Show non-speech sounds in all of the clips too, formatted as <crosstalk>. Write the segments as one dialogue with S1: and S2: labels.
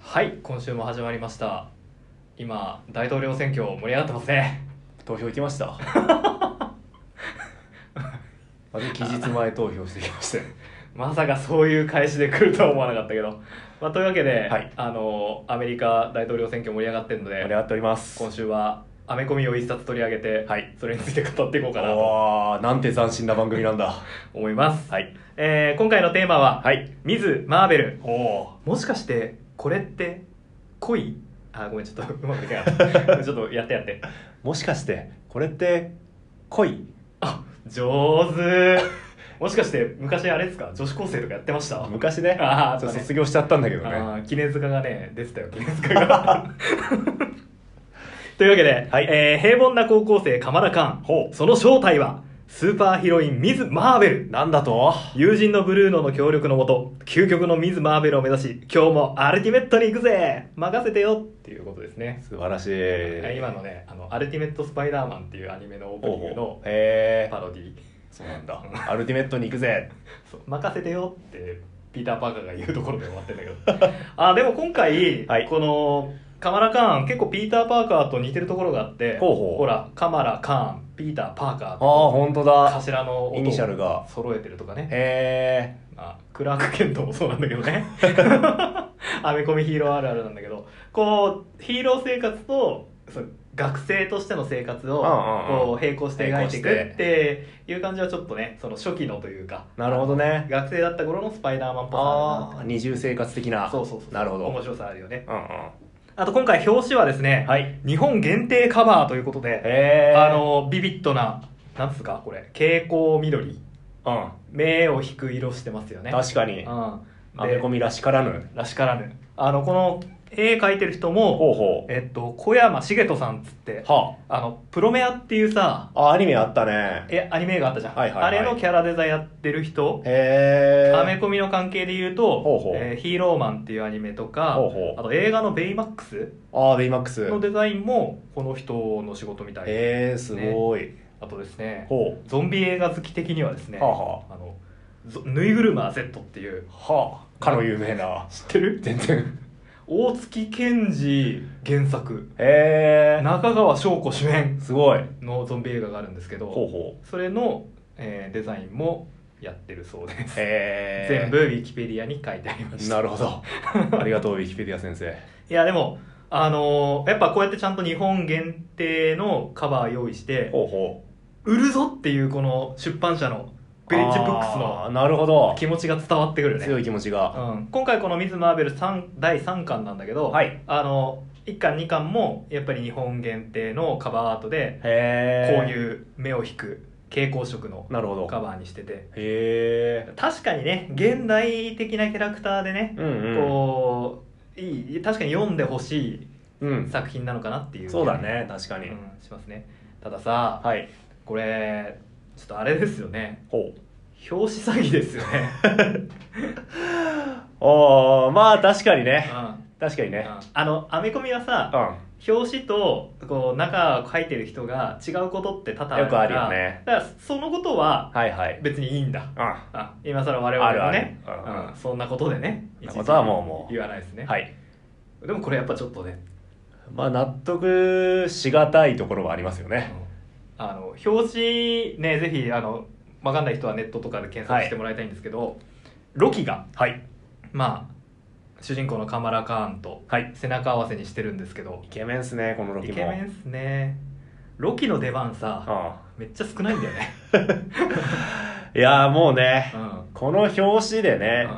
S1: はい今週も始まりました今大統領選挙盛り上がってますね <laughs>
S2: 投票行きました私期日前投票してきましたよ
S1: まさかそういう返しで来るとは思わなかったけど、まあ、というわけで、
S2: はい
S1: あのアメリカ大統領選挙盛り上がってるの
S2: 盛り上
S1: で
S2: がっております
S1: 今週はアメコミを一冊取り上げて、
S2: はい
S1: それについて語っていこうかなと
S2: おーなんて斬新な番組なんだ
S1: 思います、
S2: はい
S1: えー今回のテーマは、
S2: はい
S1: ミズ・マーベル
S2: おお
S1: もしかしてこれって恋あごめんちょっとうまくいかなかった <laughs> ちょっとやってやって
S2: もしかしてこれって恋
S1: あ上手もしかして昔あれですか女子高生とかやってました
S2: 昔ね
S1: あー
S2: ちょっと
S1: あったね
S2: 卒業しちゃったんだけどね
S1: あー絹塚がね出てたよ絹塚が <laughs> というわけで、
S2: はい
S1: えー平凡な高校生鎌田寛
S2: ほう
S1: その正体はスーパーヒロインミズ・マーベル
S2: なんだと
S1: 友人のブルーノの協力のもと究極のミズ・マーベルを目指し今日もアルティメットに行くぜ任せてよっていうことですね
S2: 素晴らし
S1: はい
S2: い
S1: 今のねあの「アルティメット・スパイダーマン」っていうアニメのオープニングの
S2: へえ
S1: パロディ
S2: そうなんだアルティメットに行くぜ
S1: そう任せてよってピーター・パーカーが言うところで終わってんだけど <laughs> あでも今回、
S2: はい
S1: このカマラ・カーン結構ピーター・パーカーと似てるところがあって
S2: ほうほう
S1: らカマラ・カーンピーター・パーカー
S2: ああ
S1: と
S2: 本当だ
S1: 頭の音を
S2: イニシャルが
S1: 揃えてるとかね、
S2: へえ
S1: まあ、クラーク・ケントもそうなんだけど
S2: <laughs>
S1: ねアメコミヒーローあるあるなんだけどこうヒーロー生活とそう学生としての生活を
S2: うんうんうん
S1: こう並行して描いていく
S2: 並行し
S1: っていう感じはちょっとねその初期のというか
S2: なるほどね
S1: 学生だった頃のスパイダーマンっぽさある
S2: あ
S1: な
S2: あ
S1: っ
S2: ー
S1: て
S2: 二重生活的な
S1: そうそうそう
S2: なるほど
S1: 面白さあるよね
S2: うんうん
S1: あと今回表紙はですね、
S2: はい
S1: 日本限定カバーということで、
S2: へえ
S1: あのビビッドななんつうかこれ蛍光緑
S2: うん
S1: 目を引く色してますよね
S2: 確かに
S1: うん、
S2: アメコ
S1: ミ
S2: ミらしからぬ
S1: らしからぬあのこの絵描いてる人
S2: ほ
S1: も、
S2: うほ
S1: えっと、小山茂人さんっつって
S2: うは
S1: あのプロメアっていうさ
S2: ああアニメあったね
S1: えアニメがあったじゃん、
S2: はいはいはい
S1: あれのキャラデザやってる人
S2: へえ
S1: アメコミの関係で言うと
S2: ほうほう
S1: えーヒーローマン」っていうアニメとか
S2: ほうほう
S1: あと映画の「ベイマックス
S2: ああベイマック」ス
S1: のデザインもこの人の仕事みたいで
S2: えー、すごい、
S1: あとですね
S2: ほ
S1: ゾンビ映画好き的にはですね
S2: うはあは
S1: あのゾぬいぐるま Z っていう
S2: あはあかの有名な
S1: 知ってる
S2: 全然
S1: 大月健二原作
S2: へえ
S1: 中川翔子主演
S2: すごい
S1: のゾンビ映画があるんですけ
S2: ほう
S1: ど
S2: ほ
S1: それの、えーデザインもやってるそうです
S2: うへえ
S1: 全部ウィキペディアに書いてありました
S2: なるほ
S1: <laughs>
S2: どありがとうウィキペディア先生
S1: いやでもあのーやっぱこうやってちゃんと日本限定のカバー用意して
S2: ほうほ
S1: 売るぞっていうこの出版社の
S2: う
S1: ブリッジブックス
S2: あー
S1: の
S2: なるほど
S1: 気持ちが伝わってくるね、
S2: 強い気持ち
S1: う
S2: が、
S1: ん、今回この「ミズ・マーベル3」第3巻なんだけど、
S2: はい
S1: あの1巻2巻もやっぱり日本限定のカバーアートでこう
S2: へえう
S1: いう目を引く蛍光色の
S2: なるほど
S1: カバーにしてて
S2: へえ
S1: 確かにね現代的なキャラクターでね、
S2: うんうん
S1: こういい確かに読んでほしい
S2: うん
S1: 作品なのかなっていう、
S2: そうだね確か
S1: う
S2: に、
S1: ん、しますねたださ
S2: はい
S1: これちょっとあれですよね
S2: ほう
S1: 表紙詐欺ですよ
S2: <laughs>
S1: ね、
S2: おーまあ確かに
S1: う
S2: ね
S1: んうん
S2: 確かにね
S1: あのアメコミは
S2: う
S1: さ
S2: ん
S1: 表紙とこう中を書いてる人が違うことって多々
S2: よくある
S1: から
S2: よね
S1: だからそのことは
S2: はいはい
S1: 別にいいんだ
S2: うん
S1: あ今更我々もね
S2: あるあるうん
S1: うんそんなことでね
S2: そんなことはもうもう
S1: 言わないですね、
S2: はい
S1: でもこれやっぱちょっとね
S2: まあ納得しがたいところはありますよ
S1: あ
S2: ね
S1: のあの表紙ねぜひあの分かんない人はネットとかで検索してもらいたいんですけど、ロキが
S2: はい
S1: まあ主人公のカマラ・カーンと
S2: はい
S1: 背中合わせにしてるんですけど
S2: イケメンっすねこのロ
S1: イ
S2: キも
S1: ケメンっすねロキの出番さめっちゃ少ないんだよね、
S2: うんいやーもうね
S1: うん
S2: この表紙でね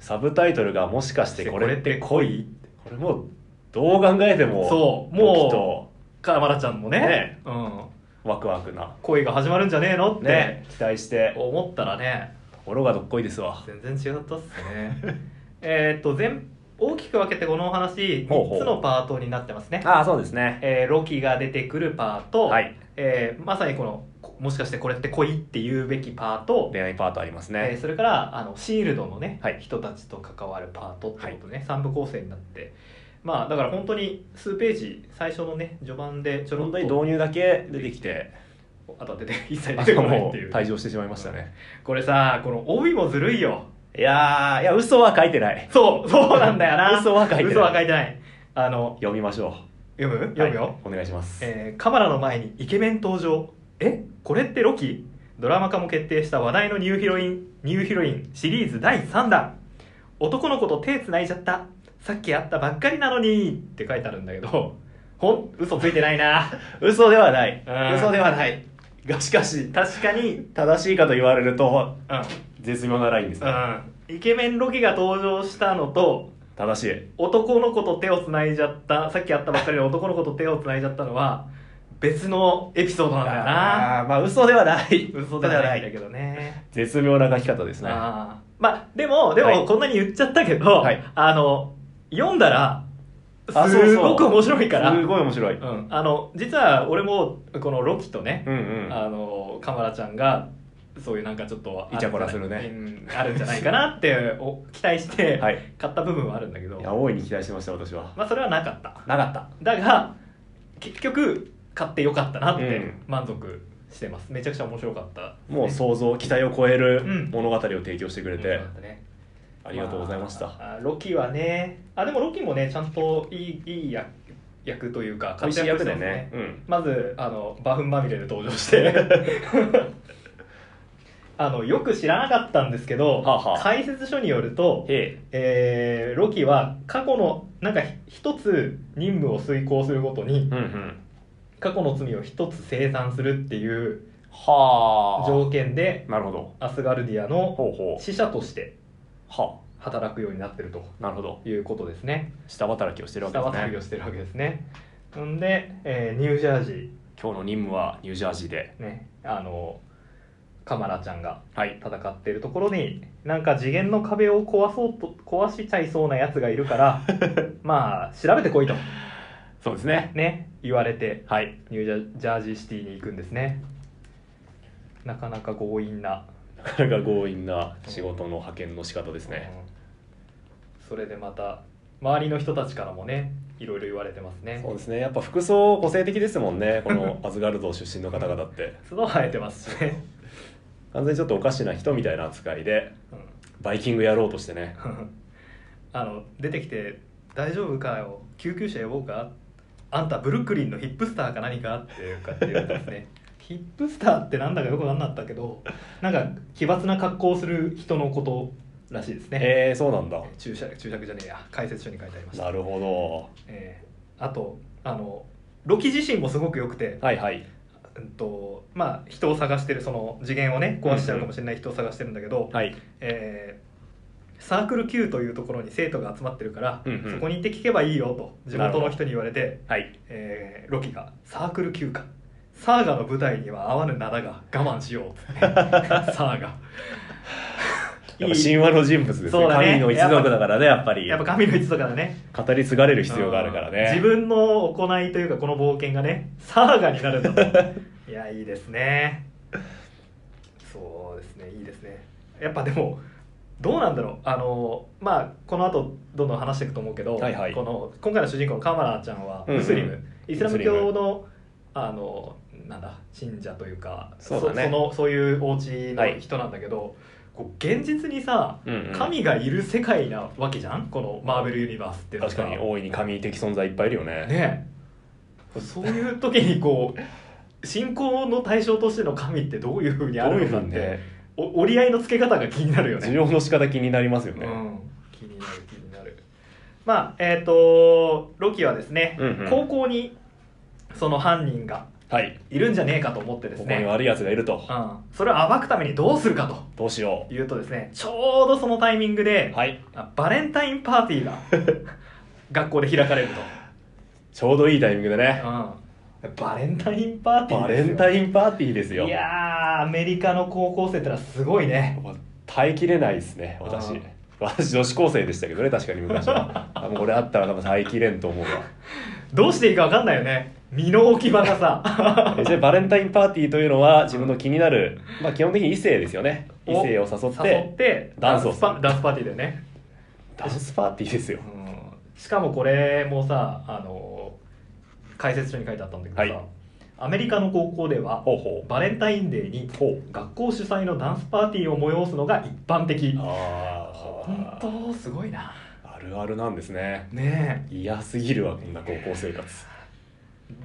S1: う
S2: サブタイトルがもしかしてこれって
S1: これっ
S2: 恋ってこれもうどう考えて
S1: ん
S2: も
S1: そう
S2: ロキ
S1: も
S2: と
S1: うカマラちゃんもね
S2: ね
S1: うん、
S2: ワクワクな
S1: 恋が始まるんじゃねえのって、
S2: ね期待して
S1: 思ったらね
S2: ところがどっこいですわ
S1: 全然違ったっすね <laughs> えーっと全大きく分けてこのお話
S2: ほうほう
S1: 3つのパートになってますね
S2: ああそうですね
S1: えーロキが出てくるパート、
S2: はい
S1: えーまさにこのこもしかしてこれって恋って言うべきパート、
S2: 恋愛パートあります
S1: え
S2: ね
S1: ーそれからあのシールドのね、
S2: はい
S1: 人たちと関わるパートってことでね、三3部構成になってまあだから本当に数ページ最初のね序盤でちょろ
S2: 本
S1: っ
S2: 当に
S1: と
S2: 導入だけ出てきて
S1: あとは出て一切
S2: あ
S1: 出てこないっ
S2: もう
S1: ていう
S2: 退場してしまいましたね
S1: これさこの帯もずるいよ
S2: いやーいや嘘は書いてない
S1: そうそうなんだよな
S2: <laughs> 嘘は書いてない
S1: 嘘は書いてないあの
S2: 読みましょう
S1: 読む読むよ、
S2: はいお願いします
S1: えーカメラの前にイケメン登場えこれってロキドラマ化も決定した話題のニューヒロインニューヒロインシリーズ第3弾男の子と手つないじゃったさっき会ったばっかりなのにって書いてあるんだけどほん嘘ついてないな
S2: 嘘ではない
S1: うん
S2: 嘘ではないがしかし
S1: 確かに
S2: 正しいかと言われると
S1: うん
S2: 絶妙なラインですね
S1: うんイケメンロキが登場したのと
S2: 正しい
S1: 男の子と手をつないじゃったさっき会ったばっかりの男の子と手をつないじゃったのは別のエピソードなんだよな
S2: あーまあ嘘ではない
S1: 嘘ではないんだけどね
S2: 絶妙な書き方ですね
S1: あーまあでもで
S2: は
S1: も
S2: い
S1: こんなに言っちゃったけど、
S2: はい
S1: あの読んだら
S2: あそうそう
S1: すごく面白いから
S2: すごい面白い、うん、
S1: うん、あの実は俺もこのロキとね、
S2: うん
S1: あのカマラちゃんがそういうなんかちょっと
S2: イチャコラするね
S1: うんあるんじゃないかなってお期待して
S2: はい
S1: 買った部分はあるんだけど、
S2: いや大いに期待してました私は
S1: まあそれはなかった
S2: なかった
S1: だが結局買ってよかったなっ
S2: う
S1: て
S2: ん
S1: 満足してます、めちゃくちゃ面白かった
S2: もう想像期待を超える
S1: うん
S2: 物語を提供してくれて、
S1: 面白かったね
S2: ありがとうございました、
S1: あーロキはねあでもロキもねちゃんといいいい役役というか
S2: 美味しい役
S1: して
S2: で
S1: ます
S2: ね、うん、
S1: まずあのバフンまみれで登場して
S2: <laughs>
S1: あのよく知らなかったんですけど、
S2: はあはあ
S1: 解説書によると、
S2: へ
S1: えーロキは過去のなんかひ一つ任務を遂行するごとに
S2: えうんうん
S1: 過去の罪を一つ清算するっていう
S2: は
S1: 条件で
S2: あなるほど
S1: アスガルディアの
S2: ほうほ
S1: 死者として
S2: うは
S1: 働くようになってると
S2: あなるほど
S1: いうことですね。
S2: 下働きをしてるわけ
S1: 下
S2: です
S1: 渡り
S2: ね
S1: をしてるわけですね。んで、えーニュージャージ
S2: 今日の任務はニュージャージーで
S1: ーねあのカマラちゃんが
S2: はい
S1: 戦っているところになんか次元の壁を壊そうと壊しちゃいそうなやつがいるから
S2: <laughs>
S1: まあ調べてこいと
S2: そうですね
S1: ね言われて
S2: はい
S1: ニュージャージーシティに行くんですね。なかなか強引な、
S2: なかなか強引な仕事の派遣の仕方ですね、
S1: うんそれでまた周りの人たちからもねいろいろ言われてますね
S2: そうですねやっぱ服装個性的ですもんねこのアズガルド出身の方々って
S1: 角生えてますし
S2: <laughs>
S1: ね、
S2: 完全にちょっとおかしな人みたいな扱いで
S1: うん
S2: バイキングやろうとしてね
S1: <laughs> あの出てきて「大丈夫かよ救急車呼ぼうか?」あんたブルックリンのヒップスターか何かっていうかって言われてます
S2: <laughs>
S1: ねヒップスターってなんだかよく分かんなかったけどなんか奇抜な格好をする人のことらしいですね、
S2: えー、そうなんだ
S1: 注釈注釈じゃねえや解説書に書いてありました、
S2: なるほ
S1: えーあとあのロキ自身もすごく良くて、
S2: どはいはい
S1: うんとまあ、人を探してるその次元をね壊しちゃうかもしれない人を探してるんだけど、
S2: はい
S1: えーサークル Q というところに生徒が集まってるから、
S2: うんうん
S1: そこに行って聞けばいいよと地元の人に言われて、
S2: はい
S1: えーロキが「サークル Q か」「サーガの舞台には合わぬ灘が我慢しよう」
S2: <laughs>
S1: ってサーガ
S2: やっぱ神話の人物ですね
S1: そうだね
S2: 神の一族だからねやっぱり
S1: やっぱ神の一族だね
S2: 語り継がれる必要があるからね
S1: うん自分の行いというかこの冒険がねサーガになるん
S2: <laughs>
S1: だといやいいですねそうですねいいですねやっぱでもどうなんだろうあのまあこの後どんどん話していくと思うけど、
S2: はいはい
S1: この今回の主人公のカマラちゃんは
S2: うんうん
S1: ムスリム、イスラム
S2: ム
S1: 教のあのなんだ信者というか
S2: そうだね
S1: そのそういうお家の人なんだけど、こう現実にさ
S2: うんうん
S1: 神がいる世界なわけじゃんこのマーベルユニバースっていうのが
S2: 確かに大いに神的存在いっぱいいるよね
S1: ねえそういう時にこう信仰の対象としての神ってどういうふうに
S2: ど
S1: あ
S2: うい
S1: るの
S2: うふ
S1: か
S2: う
S1: っ
S2: に
S1: て、
S2: ね
S1: お折り合いのつけ方が気になるよ
S2: 需
S1: ね、
S2: 要の仕方気になりますよ
S1: う
S2: ね、
S1: ん、気になる気になるまあえっ、とロキはですね、
S2: うんうん
S1: 高校にその犯人が
S2: はい
S1: いるんじゃねえかと思ってです
S2: ここに
S1: ね
S2: 悪いやつがいると、
S1: うん、それを暴くためにどうするかと
S2: どうしよ
S1: いうとですねちょうどそのタイミングで
S2: う、はい
S1: あバレンタインパーティーが <laughs> 学校で開かれると。
S2: ちょうどいいタイミングでね
S1: うん、バレンタインパーティー
S2: バレンタ
S1: ン
S2: インパーティーですよ
S1: いやーアメリカの高校生ってのはすごいね
S2: もう耐えきれないですね
S1: あ
S2: 私
S1: ー
S2: 私女子高生でしたけどね確かに
S1: <laughs>
S2: 昔はあもう俺あったら多分耐えきれんと思うわ
S1: どうしていいか分かんないよね身の置き場がさ
S2: <laughs> えじゃあバレンタインパーティーというのは自分の気になる、まあ、基本的に異性ですよね異
S1: お
S2: 性を誘って
S1: 誘って
S2: ダンスをする
S1: パダンスパーティーだよね、
S2: ダンスパーティーですよ
S1: うんしかもこれもさあの解説書に書いてあったんだけどさ、
S2: はい
S1: アメリカの高校では
S2: ほうほう
S1: バレンタインデーに
S2: ほ
S1: 学校主催のダンスパーティーを催すのが一般的
S2: うあ
S1: 本
S2: あ
S1: 当すごいな
S2: あるあるなんですね
S1: ね
S2: 嫌すぎるわこんな高校生活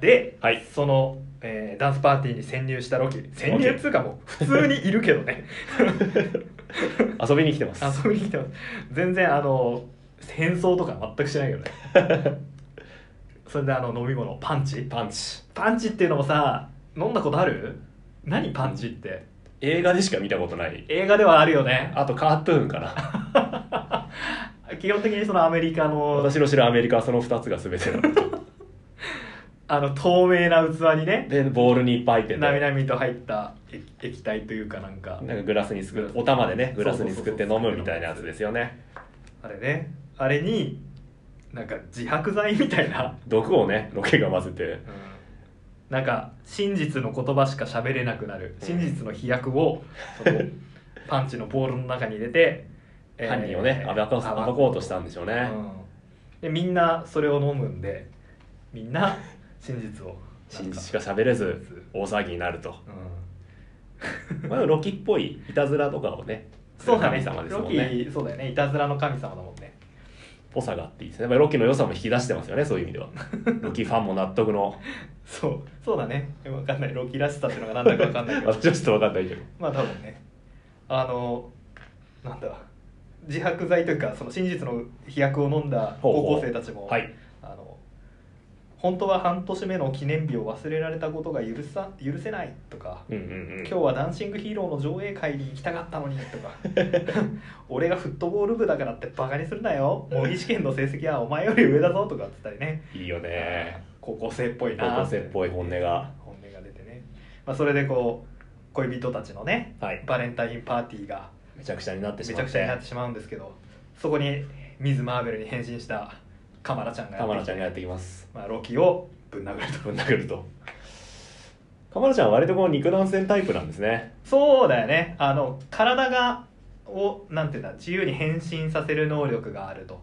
S1: えで、
S2: はい
S1: その、えーダンスパーティーに潜入したロキ潜入っつうかもう普通にいるけど
S2: <laughs>
S1: ね
S2: 遊びに来てます
S1: 遊びに来てます全然あの変装とか全くしないけどね
S2: <laughs>
S1: それであの飲み物パンチ
S2: パンチ
S1: パンチっていうのもさ飲んだことある何パンチって
S2: 映画でしか見たことない
S1: 映画ではあるよね
S2: あとカートゥーンかな
S1: 基本的にそのアメリカの
S2: 私の知るアメリカはその2つが全てなん <laughs> だと
S1: あの透明な器にね
S2: でボールにいっぱい入ってて
S1: なみなみと入った液液体というかなんか
S2: なんかグラスにすくってお玉でねグラスにすくって飲むみたいなやつですよね
S1: あれねあれになんか自白剤みたいな、
S2: 毒をねロケが混ぜて
S1: なんか真実の言葉しか喋れなくなる真実の飛躍をそ
S2: <laughs>
S1: のパンチのボールの中に入れてえー
S2: 犯人をね暴こう暴こうとしたんでしょうね
S1: うん、でみんなそれを飲むんでみん
S2: <laughs>
S1: な真実を
S2: 真実し
S1: な
S2: か
S1: んか
S2: 喋れず大騒ぎになると
S1: うん
S2: まあロキっぽいいたずらとかをね
S1: そうだね
S2: 神様です
S1: ロ
S2: もんね
S1: キそうだよねいたずらの神様だもんね
S2: ぽさがあっていいですね、まあ、ロキの良さも引き出してますよねそういう意味
S1: <laughs>
S2: ではロキファンも納得の <laughs>
S1: そうそうだね分かんないロキらしさっていうのがなんだか分かんないけど
S2: 私はちょっと分かんないけど
S1: まあ多分ねあのなんだ自白剤というかその真実の飛躍を飲んだ
S2: ほうほう
S1: 高校生たちも
S2: はい
S1: あの本当は半年目の記念日を忘れられたことが許さ許せないとか
S2: うんうんうん
S1: 今日はダンシングヒーローの上映会に行きたかったのにとか <laughs> 俺がフットボール部だからってバカにするなよ模擬試験の成績はお前より上だぞとかっつったりね
S2: いいよね
S1: 高校生っぽいな
S2: 高校生っぽい本音が
S1: 本音が出てね、まあ、それでこう恋人たちのね
S2: はい
S1: バレンタインパーティーが
S2: めちゃくちゃになって
S1: め
S2: し
S1: ち
S2: ま
S1: ゃ
S2: っ
S1: くちゃになっててしまうんですけどそこにミズ・マーベルに変身したカマラちゃんがや
S2: カ
S1: っ
S2: マ
S1: て
S2: ラ
S1: き
S2: ちゃ
S1: て
S2: んがやってきます
S1: まあ、ロキをぶん殴ると
S2: ぶん殴るとカマラちゃんは割とこう肉弾戦タイプなんですね
S1: そうだよねあの体がをなんていうんだ自由に変身させる能力があると、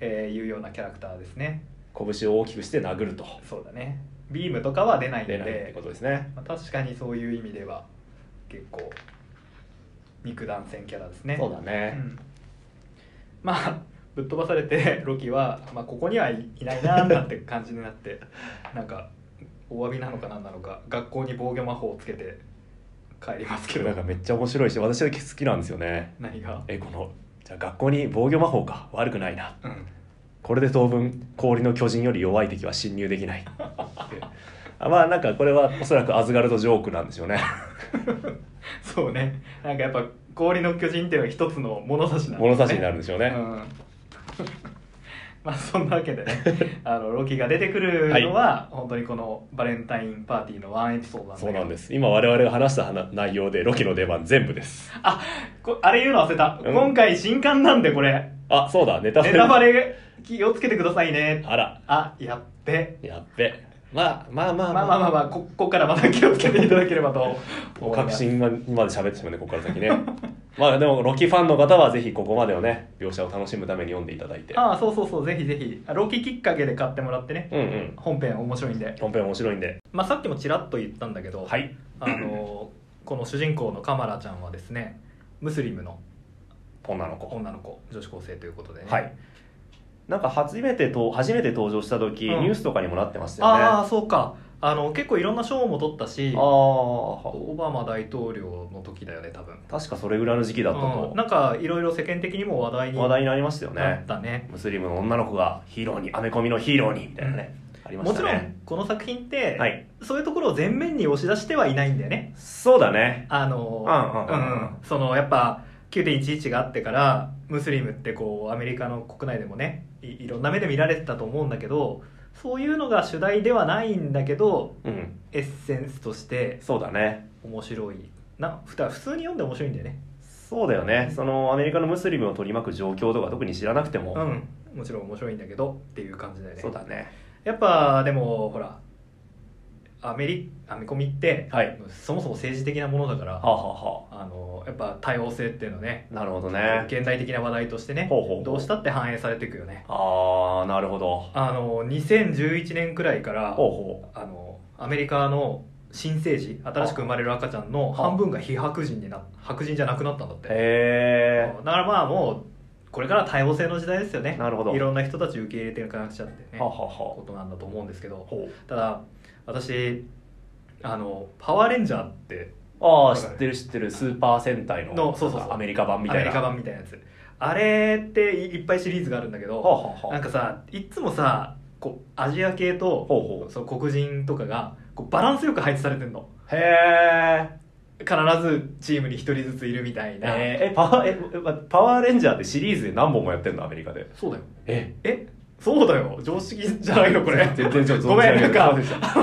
S1: えーいうようなキャラクターですね
S2: 拳を大きくして殴ると
S1: そうだねビームとかは出ないんで
S2: 出ないってことですね
S1: まあ、確かにそういう意味では結構肉弾戦キャラですね
S2: そうだね、
S1: うんまあぶっ飛ばされてロキは、まあ、ここにはいいないなーなんて感じにな
S2: <laughs>
S1: ってなんかお詫びなのかなんなのか学校に防御魔法をつけて帰りますけ
S2: なん
S1: ど
S2: かめっちゃ面白いし私は好きなんですよね
S1: 何が
S2: えこのじゃあ学校に防御魔法か悪くないな
S1: うん
S2: これで当分氷の巨人より弱い敵は侵入できない <laughs> あまあなんかこれはおそらくアズガルドジョークなんでしょ
S1: <laughs>
S2: うね
S1: そうねなんかやっぱ氷の巨人っていうのが一つの物差しなんだね
S2: 物差しになるんでしょうね、
S1: うん <laughs> まあそんなわけ
S2: <laughs>
S1: でねあのロキが出てくるのは本当にこのバレンタインパーティーのワンエピソードなんだけ
S2: そう
S1: ど
S2: なんです今我々が話した話内容でロキの出番全部です
S1: あこあれ言うの忘れた、
S2: うん
S1: 今回新刊なんでこれ
S2: あそうだネタ
S1: ネタバレ気をつけてくださいね
S2: あら
S1: あやっべ
S2: やっべまあまあま
S1: ま
S2: あ
S1: あまあまあまあこここからまた気をつけていただければと思います
S2: もう確信まで喋ってしまうねここから先ねまあでもロキファンの方はぜひここまでをね描写を楽しむために読んでいただいて
S1: ああそうそうそうぜひぜひあロキきっかけで買ってもらってね、
S2: うんうん
S1: 本編面白いんで、
S2: 本編面白いんで
S1: まあ、さっきもちらっと言ったんだけど、
S2: はい
S1: あのこの主人公のカマラちゃんはですねムスリムの
S2: 女の子
S1: 女の子女子高生ということでね、
S2: はいなんか初めてと初めて登場した時、
S1: うん
S2: ニュースとかにもなってましたよね
S1: ああそうかあの結構いろんな賞も取ったし
S2: あ
S1: オバマ大統領の時だよね多分
S2: 確かそれぐらいの時期だった
S1: う
S2: と
S1: ん、なんかいろいろ世間的にも話題に
S2: 話題になりましたよ
S1: な
S2: ね
S1: ったね
S2: ムスリムの女の子がヒーローにアメコミのヒーローにみたいなね、ありま
S1: も
S2: し
S1: ち
S2: た
S1: ろ
S2: ね
S1: んこの作品って、
S2: はい
S1: そういうところを前面に押し出してはいないんだよね
S2: そうだね
S1: あの
S2: うんうんうんうん
S1: そのやっぱ9.11があってからムスリムってこうアメリカの国内でもねいいろんな目で見られてたと思うんだけどそういうのが主題ではないんだけど
S2: うん
S1: エッセンスとして
S2: そうだね
S1: 面白いなふた普通に読んで面白いんだよね
S2: そうだよねそのアメリカのムスリムを取り巻く状況とか特に知らなくても、
S1: うんもちろん面白いんだけどっていう感じだよね
S2: そうだね
S1: やっぱでもほらアメリアメコミって、
S2: はい
S1: そもそも政治的なものだから
S2: はあ、はあは
S1: あのやっぱ多様性っていうのね
S2: あなるほどね
S1: 現代的な話題としてね
S2: ほうほうほう
S1: どうしたって反映されていくよね
S2: ああなるほど
S1: あの2011年くらいから
S2: ほうほ
S1: あのアメリカの新生児新しく生まれる赤ちゃんの半分が非白人にな白人じゃなくなったんだって
S2: へ
S1: だからまあもうこれから多様性の時代ですよね
S2: なるほど
S1: いろんな人たち受け入れていかなくちゃって
S2: え
S1: ね
S2: はは
S1: こ
S2: は
S1: となんだと思うんですけど
S2: ほう
S1: ただ私あのパワーレンジャーって
S2: ああ知ってる知ってるスーパー戦隊の
S1: のそうそうそう
S2: アメリカ版み
S1: ア
S2: たいな
S1: メリカ版みたいなやつあれっていいっぱいシリーズがあるんだけ
S2: は
S1: ど
S2: あはあはあ
S1: なんかさいっつもさこうアジア系と
S2: ほうほう
S1: そう黒人とかがこうバランスよく配置されてんの
S2: へえ
S1: 必ずチームに一人ずついるみたいな、
S2: えパワーええまパワーレンジャーってシリーズで何本もやってんのアメリカで
S1: そうだよ
S2: え
S1: えそうだよ常識じゃないのこれ
S2: 全然ちょっと
S1: ごめん
S2: 存じ上げ
S1: なんか
S2: そうでし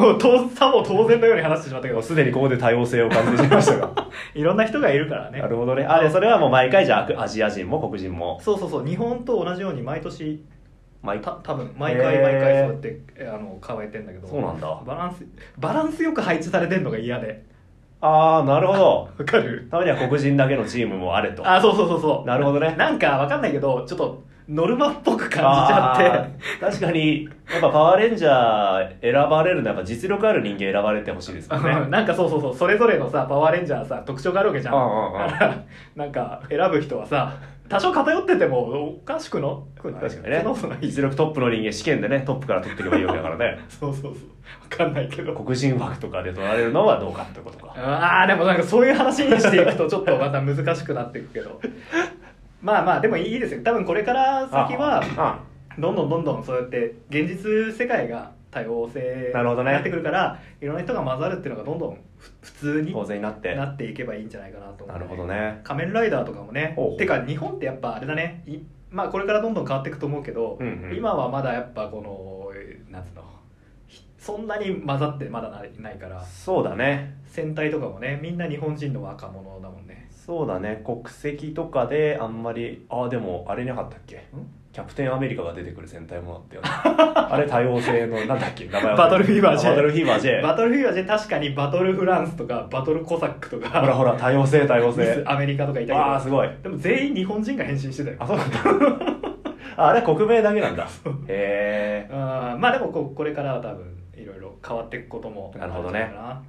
S1: <laughs> もう当さも当然のように話してしまったけ
S2: もう
S1: ど
S2: すでにここで多様性を感じてしまいました
S1: <laughs>
S2: が
S1: いろんな人がいるからね
S2: なるほどねあれそれはもう毎回じゃあアジア人も黒人も
S1: そうそうそう日本と同じように毎年
S2: 毎
S1: た
S2: 回
S1: 多分毎回毎回そうやって、えあの変えてんだけど
S2: そうなんだ
S1: バランスバランスよく配置されてんのが嫌で
S2: ああなるほど
S1: わかる
S2: たまには黒人だけのチームもあれと
S1: あそうそうそうそう
S2: なるほどね
S1: なんかわかんないけどちょっとノルマっぽく感じちゃって
S2: あー確かにやっぱパワーレンジャー選ばれるのはやっぱ実力ある人間選ばれてほしいで
S1: <laughs>
S2: すよね
S1: うんなんかそうそうそうそれぞれのさパワーレンジャーさ特徴があるわけじゃん
S2: うんうんうん
S1: だから <laughs> なんか選ぶ人はさ多少偏っててもおかしくなくない
S2: 確かにね
S1: そんなことない
S2: 実力トップの人間試験でねトップから取っていけばいいわけだからね
S1: そうそうそうわかんないけど
S2: 黒人枠とかで取られるのはどうかってことか
S1: あーでもなんかそういう話にしていくとちょっとまた難しくなっていくけどまあまあでもいいですよ多分これから先は
S2: あ
S1: どんどんどんどんそうやって現実世界が多様性
S2: なるほど
S1: に
S2: ね
S1: なってくるからいろんな人が混ざるっていうのがどんどんふ普通に
S2: 当然になって
S1: な
S2: な
S1: っていけばいいんじゃないかなと思う
S2: るほどね
S1: 仮面ライダーとかもね
S2: ほうほう
S1: てか日本ってやっぱあれだねいまあこれからどんどん変わっていくと思うけど、
S2: うんうん
S1: 今はまだやっぱこのえーなんつうのひそんなに混ざってまだないないから
S2: そうだね
S1: 戦隊とかもねみんな日本人の若者だもんね
S2: そうだね国籍とかであんまりああでもあれいなかったっけキャプテンアメリカが出てくる戦隊もあったよねあれ多様性のなんだっけ名前忘れた
S1: バトルフィーバー J
S2: バトルフィーバー J
S1: バトルフィーバーで確かにバトルフランスとかバトルコサックと
S2: ほら
S1: か
S2: ほら多様性多 <laughs> 様
S1: ミス
S2: 性
S1: アメリカとかい
S2: あ
S1: た
S2: あー
S1: け
S2: すごい
S1: どでも全員日本人が変身してたよ
S2: あそうなん <laughs> だああれ国名だけなんだへえ
S1: あーまあでもこうこれからは多分いろいろ変わっていくことも
S2: なるほどね
S1: あんじゃないか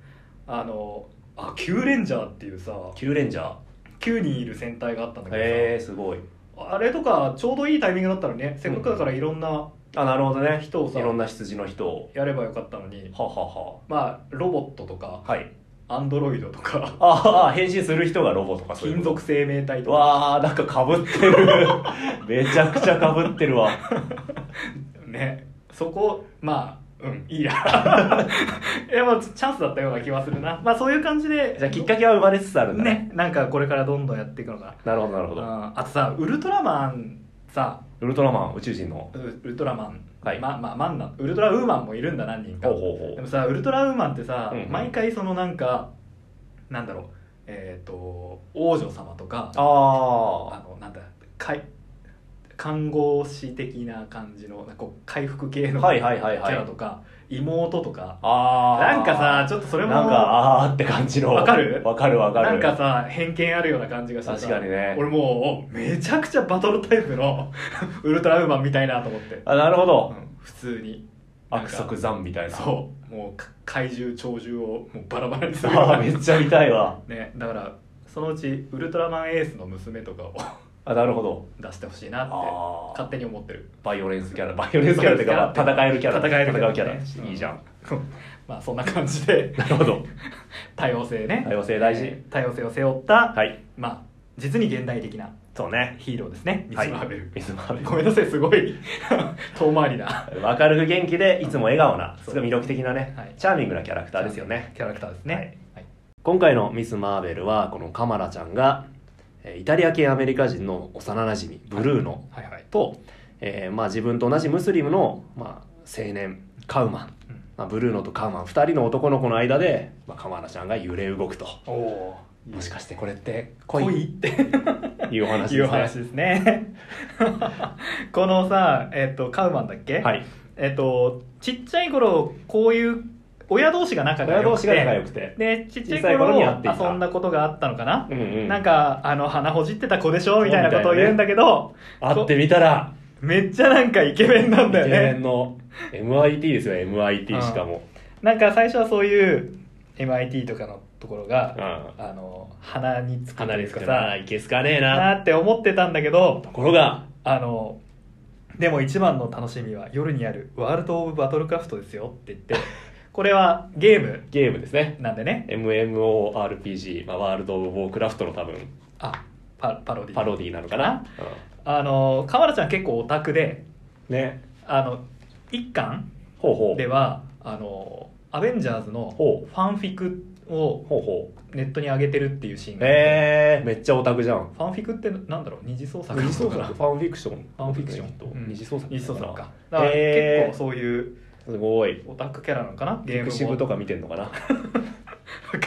S1: なあのあキューレンジャーっていうさ
S2: 9レンジャー
S1: 9人いる戦隊があったんだけどさ、
S2: へえすごい
S1: あれとかちょうどいいタイミングだったのねせっかくだからいろんな
S2: あなるほどね
S1: 人をさ
S2: いろんな羊の人を
S1: やればよかったのに、
S2: ははは
S1: まあロボットとか
S2: はい
S1: アンドロイドとか
S2: ああ変身する人がロボとかそういう
S1: 金
S2: こと
S1: 属生命体とか
S2: わあなんかかぶってる <laughs> めちゃくちゃかぶってるわ
S1: ねそこまあうんいいや <laughs> いやまあチャンスだったような気はするなまあそういう感じで
S2: じゃあきっかけは生まれつつあるんだ
S1: ねなんかこれからどんどんやっていくのかな
S2: なるほどなるほど
S1: ああとさウルトラマンさ
S2: ウルトラマン宇宙人の
S1: ウウルトラマン、
S2: はい
S1: ままマンなウルトラウーマンもいるんだ何人か
S2: ほうほう
S1: で
S2: ほ
S1: も
S2: う
S1: さウルトラウーマンってさ、
S2: うんうん
S1: 毎回そのなんかなんだろうえっ、と王女様とかあ
S2: あ
S1: のなんだかい看護師的な感じのなんかこう回復系のキ
S2: はいはいはいはい
S1: ャラとか、妹とか
S2: あああ
S1: なんかさちょっとそれも
S2: なんかああって感じの
S1: わかる
S2: わかるわかる
S1: なんかさ偏見あるような感じがしてさ
S2: 確かにね
S1: 俺もうめちゃくちゃバトルタイプの <laughs> ウルトラウーマンみたいなと思って、
S2: あなるほ
S1: う
S2: ど
S1: ん、普通に
S2: 悪徳残みたいな
S1: そうもうか怪獣鳥獣をもうバラバラにする
S2: ああめっちゃ見たいわ
S1: ねだからそのうちウルトラマンエースの娘とかを <laughs>
S2: あなるほど
S1: 出してほしいなって
S2: あー
S1: 勝手に思ってる
S2: バイオレンスキャラバイオレンスキャラっていうかまあ戦えるキャラ
S1: 戦える
S2: 戦うキャラ、
S1: ねう
S2: いいじゃん
S1: まあそんな感じで
S2: なるほど
S1: 多様性ね
S2: 多様性大事
S1: 多様性を背負った、
S2: はい
S1: まあ実に現代的な
S2: そうね
S1: ヒーローですねミス・マーベル、
S2: ミスマーベル
S1: ごめんなさいすご
S2: <laughs>
S1: い遠回りな
S2: 明るく元気でいつも笑顔な
S1: そう
S2: すごい魅力的なね、
S1: はい
S2: チャーミングなキャラクターですよね
S1: キャラクターですね、
S2: はい
S1: はい
S2: 今回のミス・マーベルはこのカマラちゃんがえーイタリア系アメリカ人の幼なじみブルーノ
S1: はいはい
S2: と、えーまあ、自分と同じムスリムの、まあ、青年カウマン、
S1: うん
S2: まあ、ブルーノとカウマン2人の男の子の間で、まあ、カマラちゃんが揺れ動くと
S1: おお
S2: もしかしてこれって
S1: 恋
S2: 恋
S1: って
S2: いうお話です
S1: い
S2: ね
S1: う話ですね <laughs> このさえっ、とカウマンだっけ、
S2: はい
S1: えっ、とちっちゃい頃こういう親同士が仲が
S2: 親
S1: 良
S2: 同
S1: く
S2: 士
S1: て
S2: が仲良くて
S1: でちっちゃい
S2: 小さい頃
S1: 頃
S2: に会っていた
S1: 遊んだことがあったのかな、
S2: うんうん
S1: なんかあの鼻ほじってた子でしょみたいなことを言うんだけど、
S2: 会ってみたら
S1: めっちゃなんかイケメンなんだ
S2: イケメ
S1: よ
S2: ン
S1: ね
S2: の MIT ですよ MIT しかも、
S1: なんか最初はそういう MIT とかのところが、
S2: うん
S1: あの鼻につくと
S2: 離
S1: い
S2: れ
S1: う
S2: つ
S1: か
S2: か
S1: さ
S2: なイケすかねえ
S1: な
S2: な
S1: ーって思ってたんだけど
S2: ところが
S1: あのでも一番の楽しみは夜にある「ワールド・オブ・バトルクラフト」ですよって言っ
S2: <laughs>
S1: てこれはゲーム
S2: ゲームですね
S1: なんでね
S2: MMORPG、まあ、ワールド・オブ・ウォークラフトの多分
S1: あパパロディ
S2: パロディなのかな、う
S1: あの河原ちゃん結構オタクで
S2: んね
S1: あの一巻
S2: ほうほう
S1: ではあのアベンジャーズのフ
S2: ほ
S1: ァンフィクを
S2: うほうほう
S1: ネットに上げてるっていうシーンがあって
S2: えー、めっちゃオタクじゃん
S1: ファンフィクってなんだろう二次創作
S2: 二次創作
S1: かな
S2: ファンフィクション
S1: ファンフィクション
S2: きっと
S1: うん
S2: 二次創作
S1: 二次創作かだ
S2: だ
S1: か
S2: からら
S1: 結構
S2: 結構
S1: そういう
S2: すごい
S1: オタクキャラなのかなゲー
S2: ピ
S1: ム
S2: クシブとか見てんのかな
S1: わ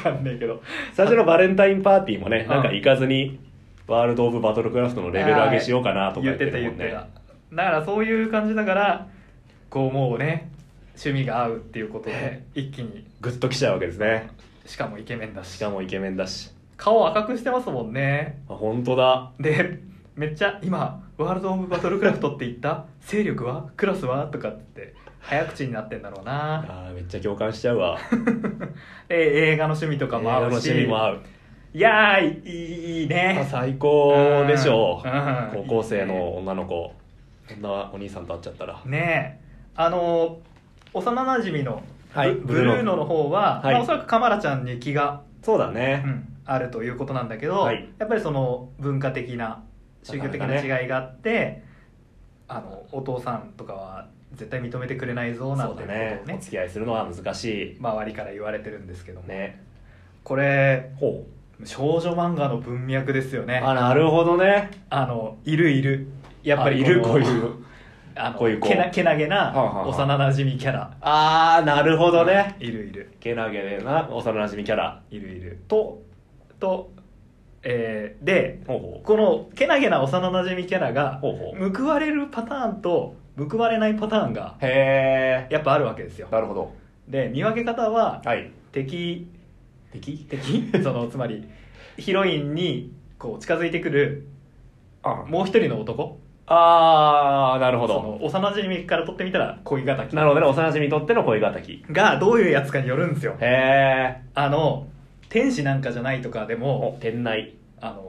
S1: かんないけど
S2: 最初のバレンタインパーティーもね
S1: ん
S2: なんか行かずにワールド・オブ・バトルクラフトのレベル上げしようかなとか
S1: 言ってた言
S2: も
S1: っ
S2: ん
S1: て
S2: ね
S1: ただからそういう感じだからこうもうね趣味が合うっていうことで
S2: ね
S1: 一気に
S2: グッときちゃうわけですね
S1: しかもイケメンだし
S2: しかもイケメンだし
S1: 顔赤くしてますもんね
S2: あ本当だ
S1: でめっちゃ今「ワールド・オブ・バトルクラフト」って言った勢力はクラスはとかって言って早口になってんだろうな
S2: あーめっちゃ共感しちゃうわ
S1: で映画の趣味とかも合うし
S2: 楽しみも合う
S1: いやーいいいい
S2: あ
S1: ね
S2: 最高でしょう
S1: うんうん
S2: 高校生の女の子こんなお兄さんと会っちゃったら
S1: ねえあの幼なじみのブ,、
S2: はい
S1: ブルーノの方は、
S2: はい
S1: まあ、おそらくカマラちゃんに気が、
S2: そうだ
S1: う
S2: ね
S1: んあるということなんだけど、
S2: はい
S1: やっぱりその文化的な宗教的
S2: なか
S1: な
S2: なか
S1: 違いがあって、あのお父さんとかは絶対認めてくれないぞなん
S2: そう
S1: て
S2: だ
S1: いうことを
S2: ねお
S1: ね
S2: 付き合いするのは難し
S1: 周りから言われてるんですけども、
S2: いね
S1: これ
S2: ほ
S1: 少女漫画の文脈ですよ
S2: う
S1: ね
S2: あ
S1: あ
S2: なるほどね
S1: のいるいるや
S2: や
S1: っぱ
S2: っぱ
S1: り
S2: りいる
S1: の
S2: こういう
S1: あの
S2: こういう子
S1: けなけなげ
S2: はあはあ
S1: な
S2: はあ
S1: 幼なじみキャラ
S2: ああなるほどね
S1: いるいる
S2: けなげでな幼なじみキャラ
S1: いるいる
S2: と
S1: と、えーで
S2: ほうほ
S1: このけなげな幼なじみキャラが
S2: うほうほう
S1: 報われるパターンと報われないパターンが
S2: へえ
S1: やっぱあるわけですよ
S2: なるほど
S1: で見分け方は
S2: はい
S1: 敵
S2: 敵 <laughs>
S1: 敵そのつまりヒロインにこう近づいてくる
S2: あ
S1: もう一人の男
S2: あーなるほ
S1: そ
S2: ど
S1: の幼なじみから取ってみたら恋敵
S2: なるほどね幼なじみにとっての恋敵
S1: がどういうやつかによるんですよ
S2: へえ
S1: あの天使なんかじゃないとかでも
S2: お店内
S1: あの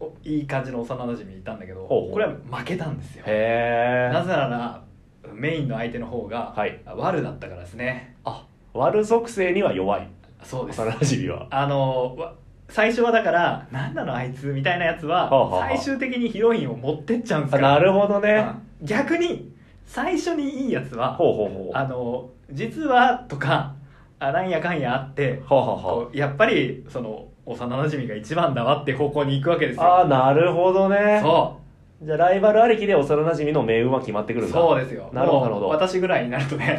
S1: おいい感じの幼なじみいたんだけど
S2: ほうほう
S1: これは負けたんですよ
S2: へえ
S1: なぜならメインの相手の方が、
S2: はい
S1: 悪だったからですね
S2: あ悪属性には弱い
S1: そうです
S2: 幼なじみ <laughs> は
S1: あのわ最初はだから何なのあいつみたいなやつは
S2: はあはあ
S1: 最終的にヒロインを持ってっちゃうんです
S2: あ
S1: から
S2: なるほどね
S1: うん逆に最初にいいやつは
S2: ほうほうほう
S1: あの実はとかあなんやかんやあって
S2: ほうほうほ
S1: こうやっぱりその幼馴染が一番だわって方向に行くわけです
S2: うあ
S1: よ
S2: あなるほどね
S1: そ
S2: じゃあライバルありきで幼なじみの命運は決まってくる
S1: うん
S2: だ
S1: そうですよ
S2: なるほどなる
S1: も
S2: ほ
S1: う
S2: ど
S1: 私ぐらいになると
S2: <laughs>
S1: ね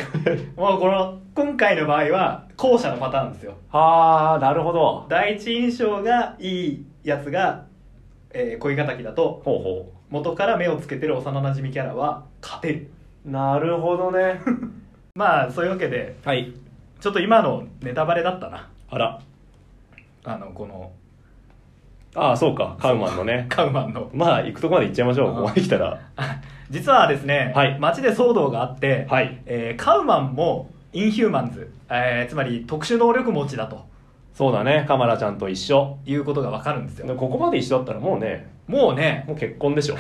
S1: もうこの今回の場合は後者のパターンですよ
S2: はあなるほど
S1: 第一印象がいいやつが、えー恋敵だと
S2: ほうほ
S1: 元から目をつけてる幼なじみキャラは勝てる
S2: うなるほどね
S1: まあそういうわけで
S2: <laughs> はい
S1: ちょっと今のネタバレだったな
S2: あら
S1: あのこの
S2: ああそうかカウマンのね
S1: カウマンの <laughs>
S2: まあ行くとこまで行っちゃいましょ
S1: う
S2: うんここまで来たら
S1: 実はですね、
S2: はい
S1: 街で騒動があって、
S2: はい
S1: えーカウマンもインヒューマンズ、えーつまり特殊能力持ちだと
S2: そうだねカマラちゃんと一緒
S1: いうことがわかるんです
S2: で
S1: よ
S2: ここまで一緒だったらもうね
S1: もうね
S2: もう結婚でしょ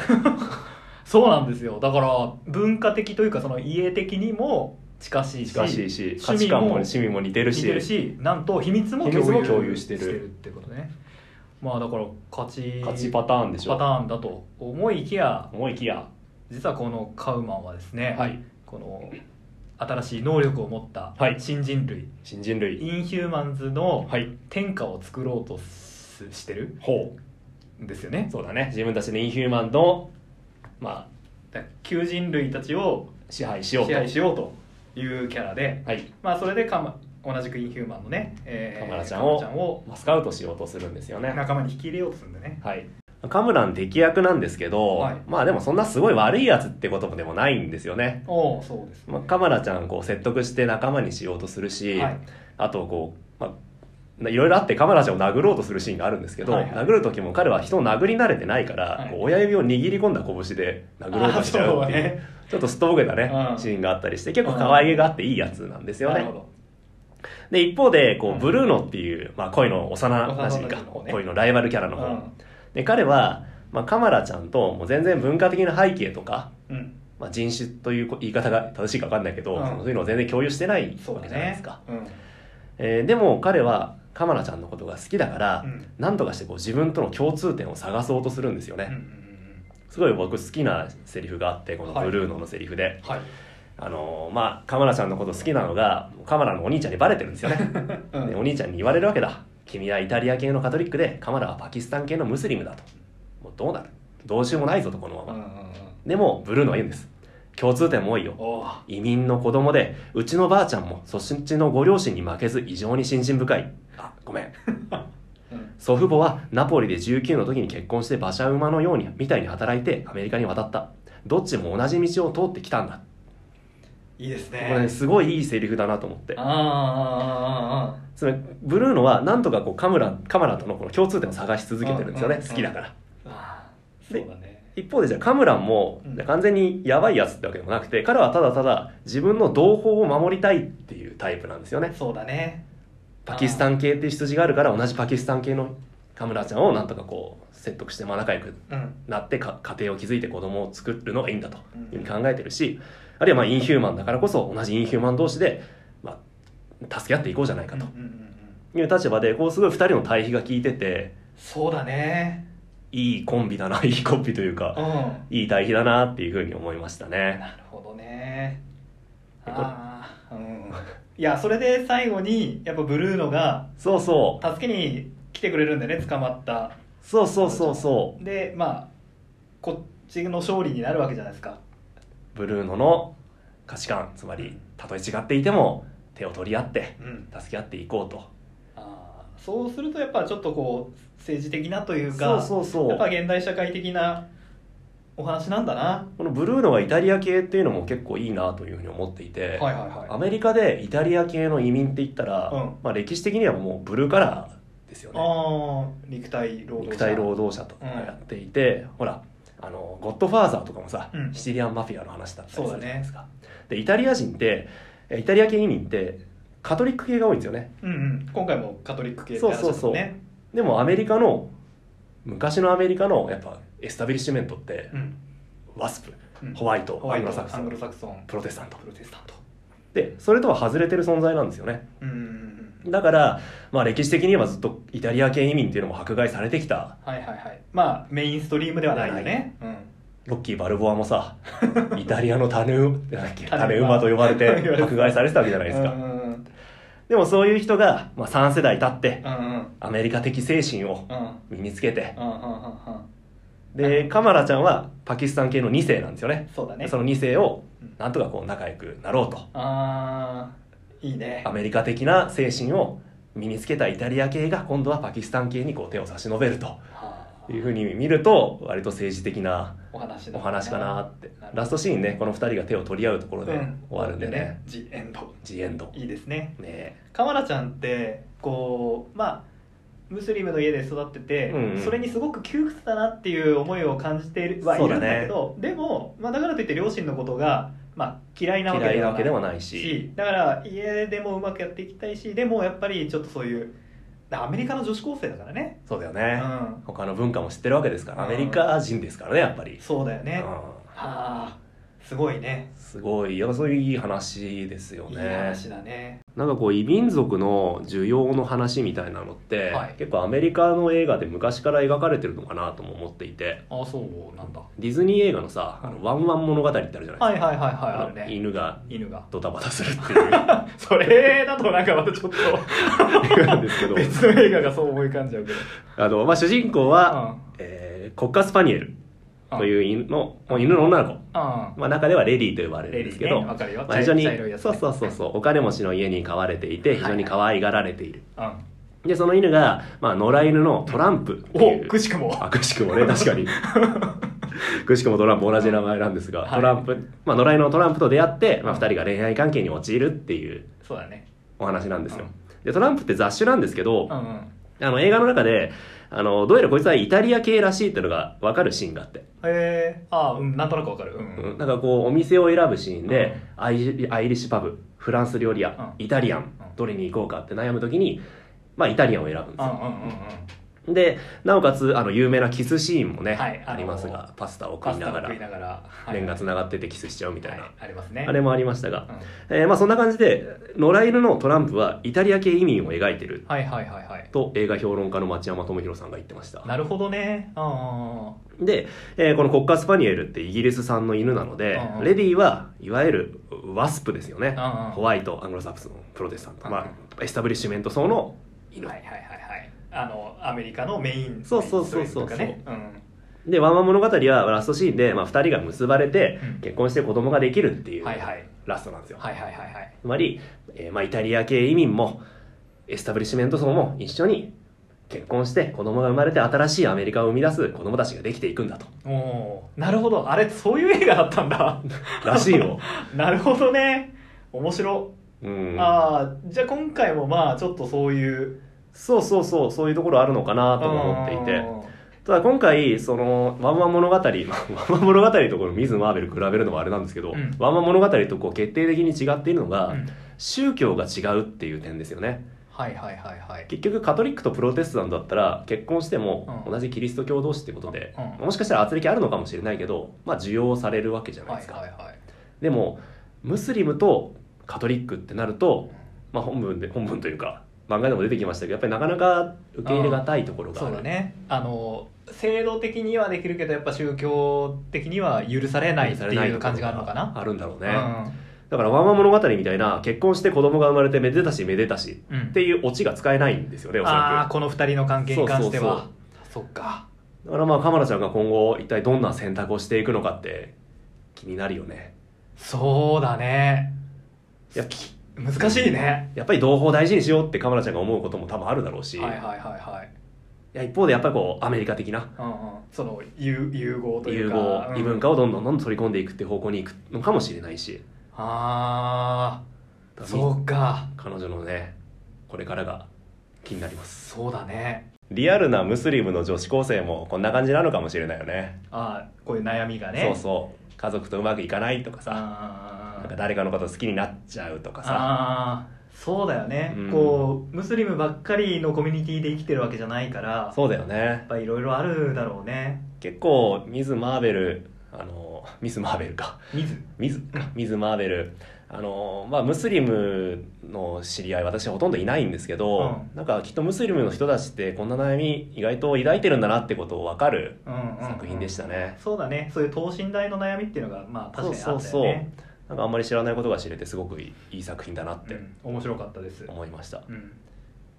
S1: そうなんですよだから文化的というかその家的にも近しいし
S2: <laughs> 近しいし
S1: 趣
S2: 価
S1: 味
S2: 値
S1: も
S2: 観も <laughs> 趣味も似てる
S1: 似
S2: し
S1: てるしなんと秘密も共有
S2: 秘密も共有してる
S1: ってことねまあだから勝ち
S2: 価値パターンでしょ
S1: パターンだと思いきや
S2: 思いきや
S1: 実はこのカウマンはですね、
S2: はい
S1: この新しい能力を持った
S2: はい
S1: 新人類、
S2: 新人類
S1: インヒューマンズの
S2: はい
S1: 天下を作ろうとすしてる
S2: ほ
S1: んですよ
S2: う
S1: ね
S2: そうだね自分たちのインヒューマンのまあ
S1: だから旧人類たちを
S2: 支配し
S1: 支
S2: ようと
S1: 配しようというキャラで、
S2: はい
S1: まあ、それでカマ同じくインヒューマンのね、え
S2: カマラちゃんを
S1: カマラを
S2: まあスカウトしようとするんですよね
S1: 仲間に引き入れようとするんでね
S2: はいカムラン敵役なんですけど、
S1: はい
S2: まあでもそんなすごい悪いやつってこともでもないんですよね、
S1: おおそうです
S2: まあ、カムラちゃんこう説得して仲間にしようとするし、
S1: はい
S2: あとこう、まあ、いろいろあってカムラちゃんを殴ろうとするシーンがあるんですけど、
S1: はいはい
S2: 殴る時も彼は人を殴り慣れてないから、
S1: はい
S2: こう親指を握り込んだ拳で殴ろうとしちゃうって
S1: あそう
S2: いう
S1: ね
S2: ちょっとすっとぼけたね、
S1: うん
S2: シーンがあったりして結構可愛げがあっていいやつなんですよ
S1: な
S2: ね、
S1: るほど
S2: で、一方で、
S1: う
S2: こ
S1: ん
S2: う、ブルーノっていう、まあ、恋の幼馴染
S1: 幼馴
S2: か
S1: 染の方、ね
S2: 恋のライバルキャラの
S1: う
S2: 方。
S1: ん
S2: で、彼は、まあ、カマラちゃんと、もう全然文化的な背景とか、
S1: うん
S2: まあ、人種という言い方が正しいか分かんないけど、
S1: うん
S2: そういうのを全然共有してない
S1: そう
S2: わ
S1: だ
S2: けじゃないで
S1: ね
S2: すか。
S1: うん
S2: えーでも、彼は、カマラちゃんのことが好きだから、
S1: うん
S2: なんとかしてこう自分との共通点を探そうとするんですよね、
S1: うんうんうん
S2: すごい僕好きなセリフがあってこの
S1: はい
S2: ブルーノのセリフで、
S1: はい
S2: あのーまあカマラちゃんのこと好きなのがカマラのお兄ちゃんにバレてるんですよね
S1: うん
S2: でお兄ちゃんに言われるわけだ君はイタリア系のカトリックでカマラはパキスタン系のムスリムだともうどうなるどうしようもないぞとこのま
S1: う
S2: ま、
S1: んうんうん
S2: でもブルーノは言うんです共通点も多いよ
S1: おお
S2: 移民の子供でうちのばあちゃんもそっちのご両親に負けず異常に信心深いあごめん
S1: うん
S2: 祖父母はナポリで19の時に結婚して馬車馬のようにみたいに働いてアメリカに渡ったどっちも同じ道を通ってきたんだ
S1: いいです
S2: こ
S1: ね
S2: れねすごいいいセリフだなと思って
S1: ああああああ
S2: つまりブルーノはなんとかこうカムラカマラとのこの共通点を探し続けてるんですよ
S1: うん
S2: ね
S1: うんうん
S2: 好きだから
S1: あああ
S2: で
S1: そうだね
S2: 一方でじゃあカムランも
S1: うん
S2: 完全にやばいやつってわけでもなくて彼はただただ自分の同胞を守りたいっていうタイプなんですよね
S1: そうだね
S2: パキスタン系っていう羊があるから同じパキスタン系のカムラちゃんをなんとかこう説得してまあ仲良く
S1: うん
S2: なってか家庭を築いて子供を作るのがいいんだと
S1: うん
S2: いうふうに考えてるし、あるいはまあインヒューマンだからこそ同じインヒューマン同士で、まあ、助け合っていこうじゃないかと
S1: うんうんうんうん
S2: いう立場でこうすごい2人の対比が効いてて
S1: そうだね
S2: いいコンビだないいコンビという
S1: う
S2: か
S1: ん
S2: いい対比だなっていうふうに思いましたね。
S1: なるほどね
S2: えっと
S1: ああうんいやそれで最後にやっぱブルーノが
S2: そうそう
S1: 助けに来てくれるんだよね捕まった
S2: そうそうそうそう
S1: でまあこっちの勝利になるわけじゃないですか
S2: うブルーノの価値観つまりたとえ違っていても手を取り合って
S1: うん
S2: 助け合っていこうと
S1: あーそうするとやっぱちょっとこう政治的なという
S2: そ
S1: か
S2: うそうそう
S1: やっぱ現代社会的なお話なんだな
S2: このブルーノがイタリア系っていうのも結構いいなというふうに思っていて、
S1: はいはい
S2: ア
S1: はい
S2: メリカでイタリア系の移民って言ったら、
S1: うん
S2: まあ、歴史的にはもうブルーカラーですよ
S1: ああ
S2: ね
S1: 肉体労働者
S2: 肉体労働者とかやっていて、ほらあのゴッドファーザーとかもさ、
S1: うん
S2: シチリアンマフィアの話だったりするじゃないですか、でイタリア人ってえイタリア系移民ってカトリック系が多いんですよね
S1: うんうん今回もカトリック系って話ですね
S2: でもアメリカの昔のアメリカのやっぱエスタビリッシュメントって、
S1: うん
S2: ワスプ
S1: うん
S2: ホワイト、
S1: ホワ
S2: アン
S1: イ
S2: グロ
S1: ト
S2: サク
S1: ア
S2: ソ
S1: ン
S2: ン
S1: グロサクソン
S2: プロテスタント
S1: プロテスタント
S2: でそれとは外れてる存在なんですよね
S1: うんうんうん
S2: だから、まあ、歴史的にはずっとイタリア系移民っていうのも迫害されてきた
S1: はいはいはいまあメインストリームではないよねうん
S2: ロッキー・バルボア
S1: <laughs>
S2: もさイタリアのタヌなんだっけ
S1: タヌ
S2: タネ馬と呼ばれて
S1: 言 <laughs> われてた
S2: 迫害されてたわけじゃないです
S1: う
S2: か
S1: んうんうん
S2: でもそういう人が、まあ、3世代経って
S1: うんうん
S2: アメリカ的精神を
S1: うん
S2: 身につけて
S1: うんうんうんうん
S2: でカマラちゃんはパキスタン系の2世なんですよね
S1: そうだね
S2: その2世を
S1: うん
S2: なんとかこう仲良くなろうと
S1: あーいいね
S2: アメリカ的な精神を身につけたイタリア系が今度はパキスタン系にこう手を差し伸べると
S1: はあ
S2: いうふうに見ると割と政治的な
S1: お話だ
S2: お話かなって
S1: なるほど
S2: ラストシーンねこの2人が手を取り合うところで
S1: うん
S2: 終わるんでね、
S1: ジエンド
S2: ジエンドね
S1: いいですね
S2: え
S1: カマラちゃんってこうまあムスリムの家で育ってて、
S2: うんうん
S1: それにすごく窮屈だなっていう思いを感じてはい
S2: そ
S1: る
S2: うだ
S1: ん
S2: ね
S1: だけどだ、でも、まあ、だからといって両親のことが、まあ、嫌いなわけ
S2: 嫌い
S1: で
S2: な
S1: は
S2: わけで
S1: な
S2: はない
S1: い
S2: し
S1: しだから家でもうまくやっていきたいしでもやっぱりちょっとそういうアメリカの女子高生だからね、
S2: そうだよ
S1: う
S2: ね、
S1: ん、
S2: 他の文化も知ってるわけですからアメリカ人ですからねやっぱり、
S1: そうだよね、あ
S2: う
S1: あすごいね
S2: ん、すごいやっぱそういういい話ですよ
S1: いい
S2: ね
S1: 話だね
S2: なんかこう異民族の需要の話みたいなのって、
S1: はい
S2: 結構アメリカの映画で昔から描かれてるのかなとも思っていて
S1: ああそうなんだ
S2: ディズニー映画のさ「あのワンワン物語」ってあるじゃないですか、
S1: はいはいはいはいある
S2: あの
S1: ね
S2: 犬が
S1: 犬が
S2: ドタバタするっていう映
S1: <laughs> それだとなんかまたちょっと
S2: 画なんですけ
S1: <laughs>
S2: ど
S1: 別の映画がそう思い浮かんじゃうけど
S2: あの、まあ、主人公は、えーコッカスパニエルという犬の、もう犬の女の子、
S1: うん
S2: まあ、中ではレディーと呼ばれる
S1: レ
S2: ん
S1: デ
S2: で
S1: ィ
S2: す
S1: ー
S2: け
S1: ね
S2: ど、
S1: わかるよ
S2: まあ、非常に、
S1: 茶色いやつ
S2: そ
S1: ね
S2: うそうそうそうお金持ちの家に飼われていて非常に可愛がられている、
S1: うん
S2: でその犬が、まあ、野良犬のトランプっていう
S1: おくしくも
S2: <laughs> あくしくもね確かに
S1: <laughs>
S2: くしくもトランプ同じ名前なんですが、
S1: はい
S2: トランプ、まあ、野良犬のトランプと出会って、まあ、2人が恋愛関係に陥るっていう
S1: そうだね
S2: お話なんですよ、でトランプって雑種なんですけ
S1: う
S2: ど、
S1: んうん
S2: あの映画の中であのどうやらこいつはイタリア系らしいっていうのが分かるシーンがあって、
S1: えー、ああうんなんとなくわかるう
S2: うん
S1: ん
S2: なんかこうお店を選ぶシーンで、アイリアイリッシュパブフランス料理屋、イタリアン
S1: うん
S2: どれに行こうかって悩む時に、まあ、イタリアンを選ぶんです
S1: うんうん
S2: よ
S1: うんうん
S2: でなおかつあの有名なキスシーンもね、
S1: はいあの
S2: ありますがパスタを
S1: パ
S2: 食い
S1: ス
S2: な
S1: タを
S2: が
S1: 食い
S2: ら
S1: ながらはい
S2: 面がつながっててキスしちゃうみたいな、
S1: はいありますね
S2: あれもありましたが
S1: う、ん
S2: えーまあ、そんな感じで野良犬のトランプはイタリア系移民を描いてる
S1: はいはいはいはい
S2: と映画評論家の町山智博さんが言ってました
S1: なるほどねうんうんうん
S2: で、えーこのコッカースパニエルってイギリス産の犬なので、
S1: うんうん
S2: レディーはいわゆるワスプですよね、
S1: うんうん
S2: ホワイトアングロサプスのプロテスタント、
S1: うん
S2: まあ、エスタブリッシュメント層の犬、
S1: はいはいはいはいあのアメリカのメイン
S2: そうそうそうそう
S1: とかねうん
S2: でワンマン物語はラストシーンで、まあ、2人が結ばれて
S1: うん
S2: 結婚して子供ができるっていう
S1: はいはい
S2: ラストなんですよ、
S1: はいはいはいはい
S2: つまり、えーまあ、イタリア系移民もエスタブリッシュメント層も一緒に結婚して子供が生まれて新しいアメリカを生み出す子供たちができていくんだと
S1: おおーなるほどあれそういう映画だったんだ
S2: らしいよ、
S1: <laughs> なるほどね面白
S2: うん、
S1: ああじゃあ今回もまあちょっとそういう
S2: そうそうそうそういうところあるのかなとも思っていてただ今回その「ワンワン物語」「ワンワン物語」とこのミズ・マーベル比べるのはあれなんですけど
S1: う
S2: 「
S1: ん
S2: ワンワン物語」とこう決定的に違っているの
S1: う
S2: が、
S1: んうん
S2: 宗教が違うっていう点ですよね
S1: はいはいはいはい
S2: 結局カトリックとプロテスタントだったら結婚しても
S1: うん
S2: 同じキリスト教同士ってことで、
S1: うん
S2: もしかしたら圧力あるのかもしれないけどまあ受容されるわけじゃない
S1: は
S2: で
S1: い
S2: すか、
S1: はいはい
S2: でもムスリムとカトリックってなると、まあ、本文で本文というか漫画でも出てきましたけどやっぱりなかなか受け入れがたいところがあ
S1: そ
S2: る
S1: うだねあの制度的にはできるけどやっぱ宗教的には許されないっていう感じがあるのかな
S2: あるんだろうね、だから「ワンワン物語」みたいな結婚して子供が生まれてめでたしめでたし
S1: うん、うん
S2: っていうオチが使えないんですよねおそ
S1: ああ
S2: ら
S1: この二人の関係に関してはそっか
S2: くだからまあ鎌田ちゃんが今後一体どんな選択をしていくのかって気になるよね
S1: そうだね
S2: いや
S1: 難しいね、
S2: やっぱり同胞を大事にしようって鎌田ちゃんが思うことも多分あるだろうし、
S1: はいはい
S2: い
S1: はいはい、
S2: や一方でやっぱりこうアメリカ的な
S1: うんうん、その融融合とい
S2: 融
S1: うか
S2: 合
S1: うん
S2: 異文化をどんどんどんどん取り込んでいくっていう方向に行くのかもしれないし
S1: ああそうか
S2: 彼女のねこれからが気になります
S1: そうだね
S2: リアルなムスリムの女子高生もこんな感じなのかもしれないよね
S1: ああこういう悩みがね
S2: そうそう家族とうまくいかないとかさ
S1: あ
S2: なん
S1: ー
S2: か誰かのこと好きになっちゃうとかさ
S1: あーそうだよね、
S2: うん
S1: こうムスリムばっかりのコミュニティで生きてるわけじゃないから
S2: そうだよ
S1: や
S2: ね
S1: っぱいろいろあるだろうね
S2: 結構ミズ・マーベルあのミス・マーベルか
S1: 水
S2: ミズかミズ・マーベルあのまあムスリムの知り合い私はほとんどいないんですけど、なんかきっとムスリムの人たちってこんな悩み意外と抱いてるんだなってことを分かる
S1: うんうんうん
S2: 作品でしたね、
S1: そうだねそういう等身大の悩みっていうのがまあ確かにあった
S2: そう
S1: よ
S2: そうそう
S1: ね
S2: なんかあんまり知らないことが知れてすごくいいいい作品だなって
S1: うん面白かったです
S2: 思いました、
S1: うん、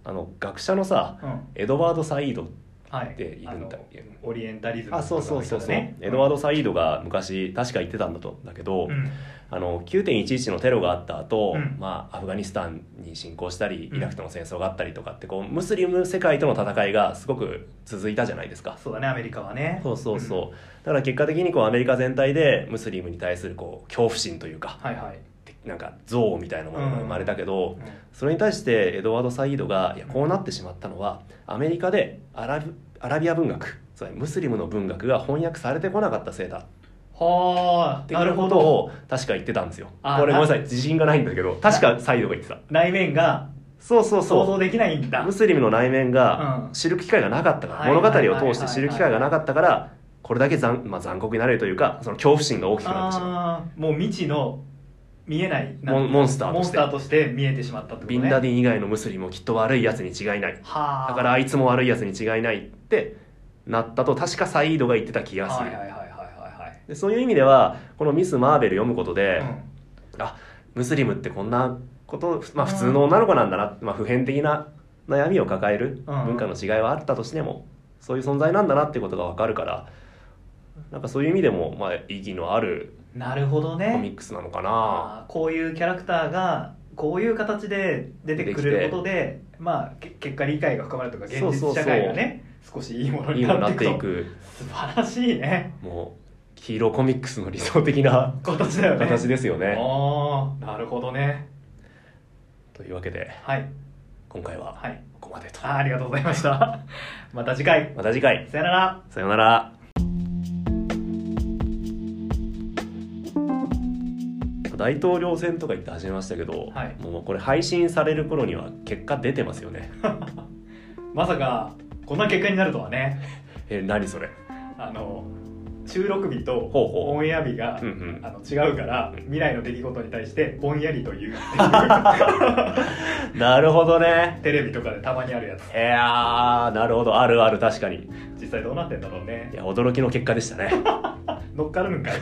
S2: あの学者のさ
S1: うん、
S2: エドワード・サイード
S1: はい
S2: でいるん
S1: あ
S2: だ
S1: のオリエンタリズム
S2: あそうそうそうそう、エドワード・サイードが昔確か言ってたんだとだけど、
S1: ドうん
S2: あの9.11のテロがあった後、
S1: うん
S2: まあアフガニスタンに侵攻したり
S1: うん
S2: イラクとの戦争があったりとかってこうムスリム世界との戦いがすごく続いたじゃないですか。
S1: そうだねアメリカはね
S2: そうそうそう、だから結果的にこうアメリカ全体でムスリムに対するこう恐怖心というか
S1: はいはい、
S2: なんか憎悪みたいなものが生まれたけど、
S1: うん
S2: それに対してエドワード・サイードがいやこうなってしまったのはアメリカでアラビアラビア文学つまりムスリムの文学が翻訳されてこなかったせいだっ
S1: はあ
S2: てい
S1: なる
S2: うこ
S1: ほ
S2: と
S1: ど
S2: を確か言ってたんですよ
S1: あ
S2: これごめんなさ
S1: ない
S2: 自信がないんだけど確かサイードが言ってた
S1: 内面が
S2: そうそう
S1: 想
S2: そ
S1: 像できないんだ
S2: うムスリムの内面が
S1: うん
S2: 知る機会がなかったか
S1: は
S2: ら
S1: い
S2: 物語
S1: はいはいはいは
S2: を
S1: い
S2: 通して知る機会がなかったからこれだけ残,、まあ、残酷になれるというかその恐怖心が大きくなってしまう
S1: ああもう未知の見えないなん
S2: モンモンスター
S1: モ
S2: と
S1: ン
S2: し
S1: ス
S2: て
S1: ターとして見えてしまったってこと
S2: ビ
S1: ね
S2: ンラディン以外のムスリムもきっと悪いやつに違いない
S1: はあ
S2: だからあいつも悪いやつに違いないってなったと確かサイードが言ってた気がす
S1: はい
S2: る、
S1: はいはいはいはい
S2: でそういう意味ではこの「ミス・マーベル」読むこと
S1: は
S2: で
S1: い、、
S2: ムスリムってこんなこと、まあ、普通の女の子なんだな、まあ、普遍的な悩みを抱える
S1: うん
S2: 文化の違いはあったとしてもそういう存在なんだなってことが分かるからなんかそういう意味でも、まあ、意義のある
S1: うん、なるほどね
S2: コミックスなのかな。
S1: あーこういうキャラクターがこういう形で出てくれることでまあけ結果理解が深まるとか現
S2: そうそうそ
S1: 実
S2: う
S1: 社会がね少しいいもの
S2: いい
S1: に
S2: もの
S1: なっ
S2: になって
S1: てい
S2: い
S1: くと
S2: く
S1: 素晴らしいね
S2: もうヒーローコミックスの理想的な
S1: 形だよね
S2: 形ですよね。
S1: ああなるほどね
S2: というわけで
S1: はい
S2: 今回は
S1: はい
S2: ここまでと。
S1: あーありがとうございました <laughs> また次回
S2: また次回
S1: さよなら
S2: さようなら。大統領選とか言って始めましたけど、
S1: はい
S2: もうこれ配信される頃には結果出てますよね
S1: まさかこんな結果になるとはね
S2: え何それ
S1: あの収録日と
S2: ほうほう
S1: オンエア日が
S2: うんうん
S1: あの違うから未来の出来事に対してぼんやりと <laughs> 言うって
S2: なるほどね
S1: いうテレビとかでたまにあるやつ
S2: いやーなるほどあるある確かに
S1: 実際どうなってんだろうね
S2: いや驚きの結果でしたね
S1: 乗っかるんかい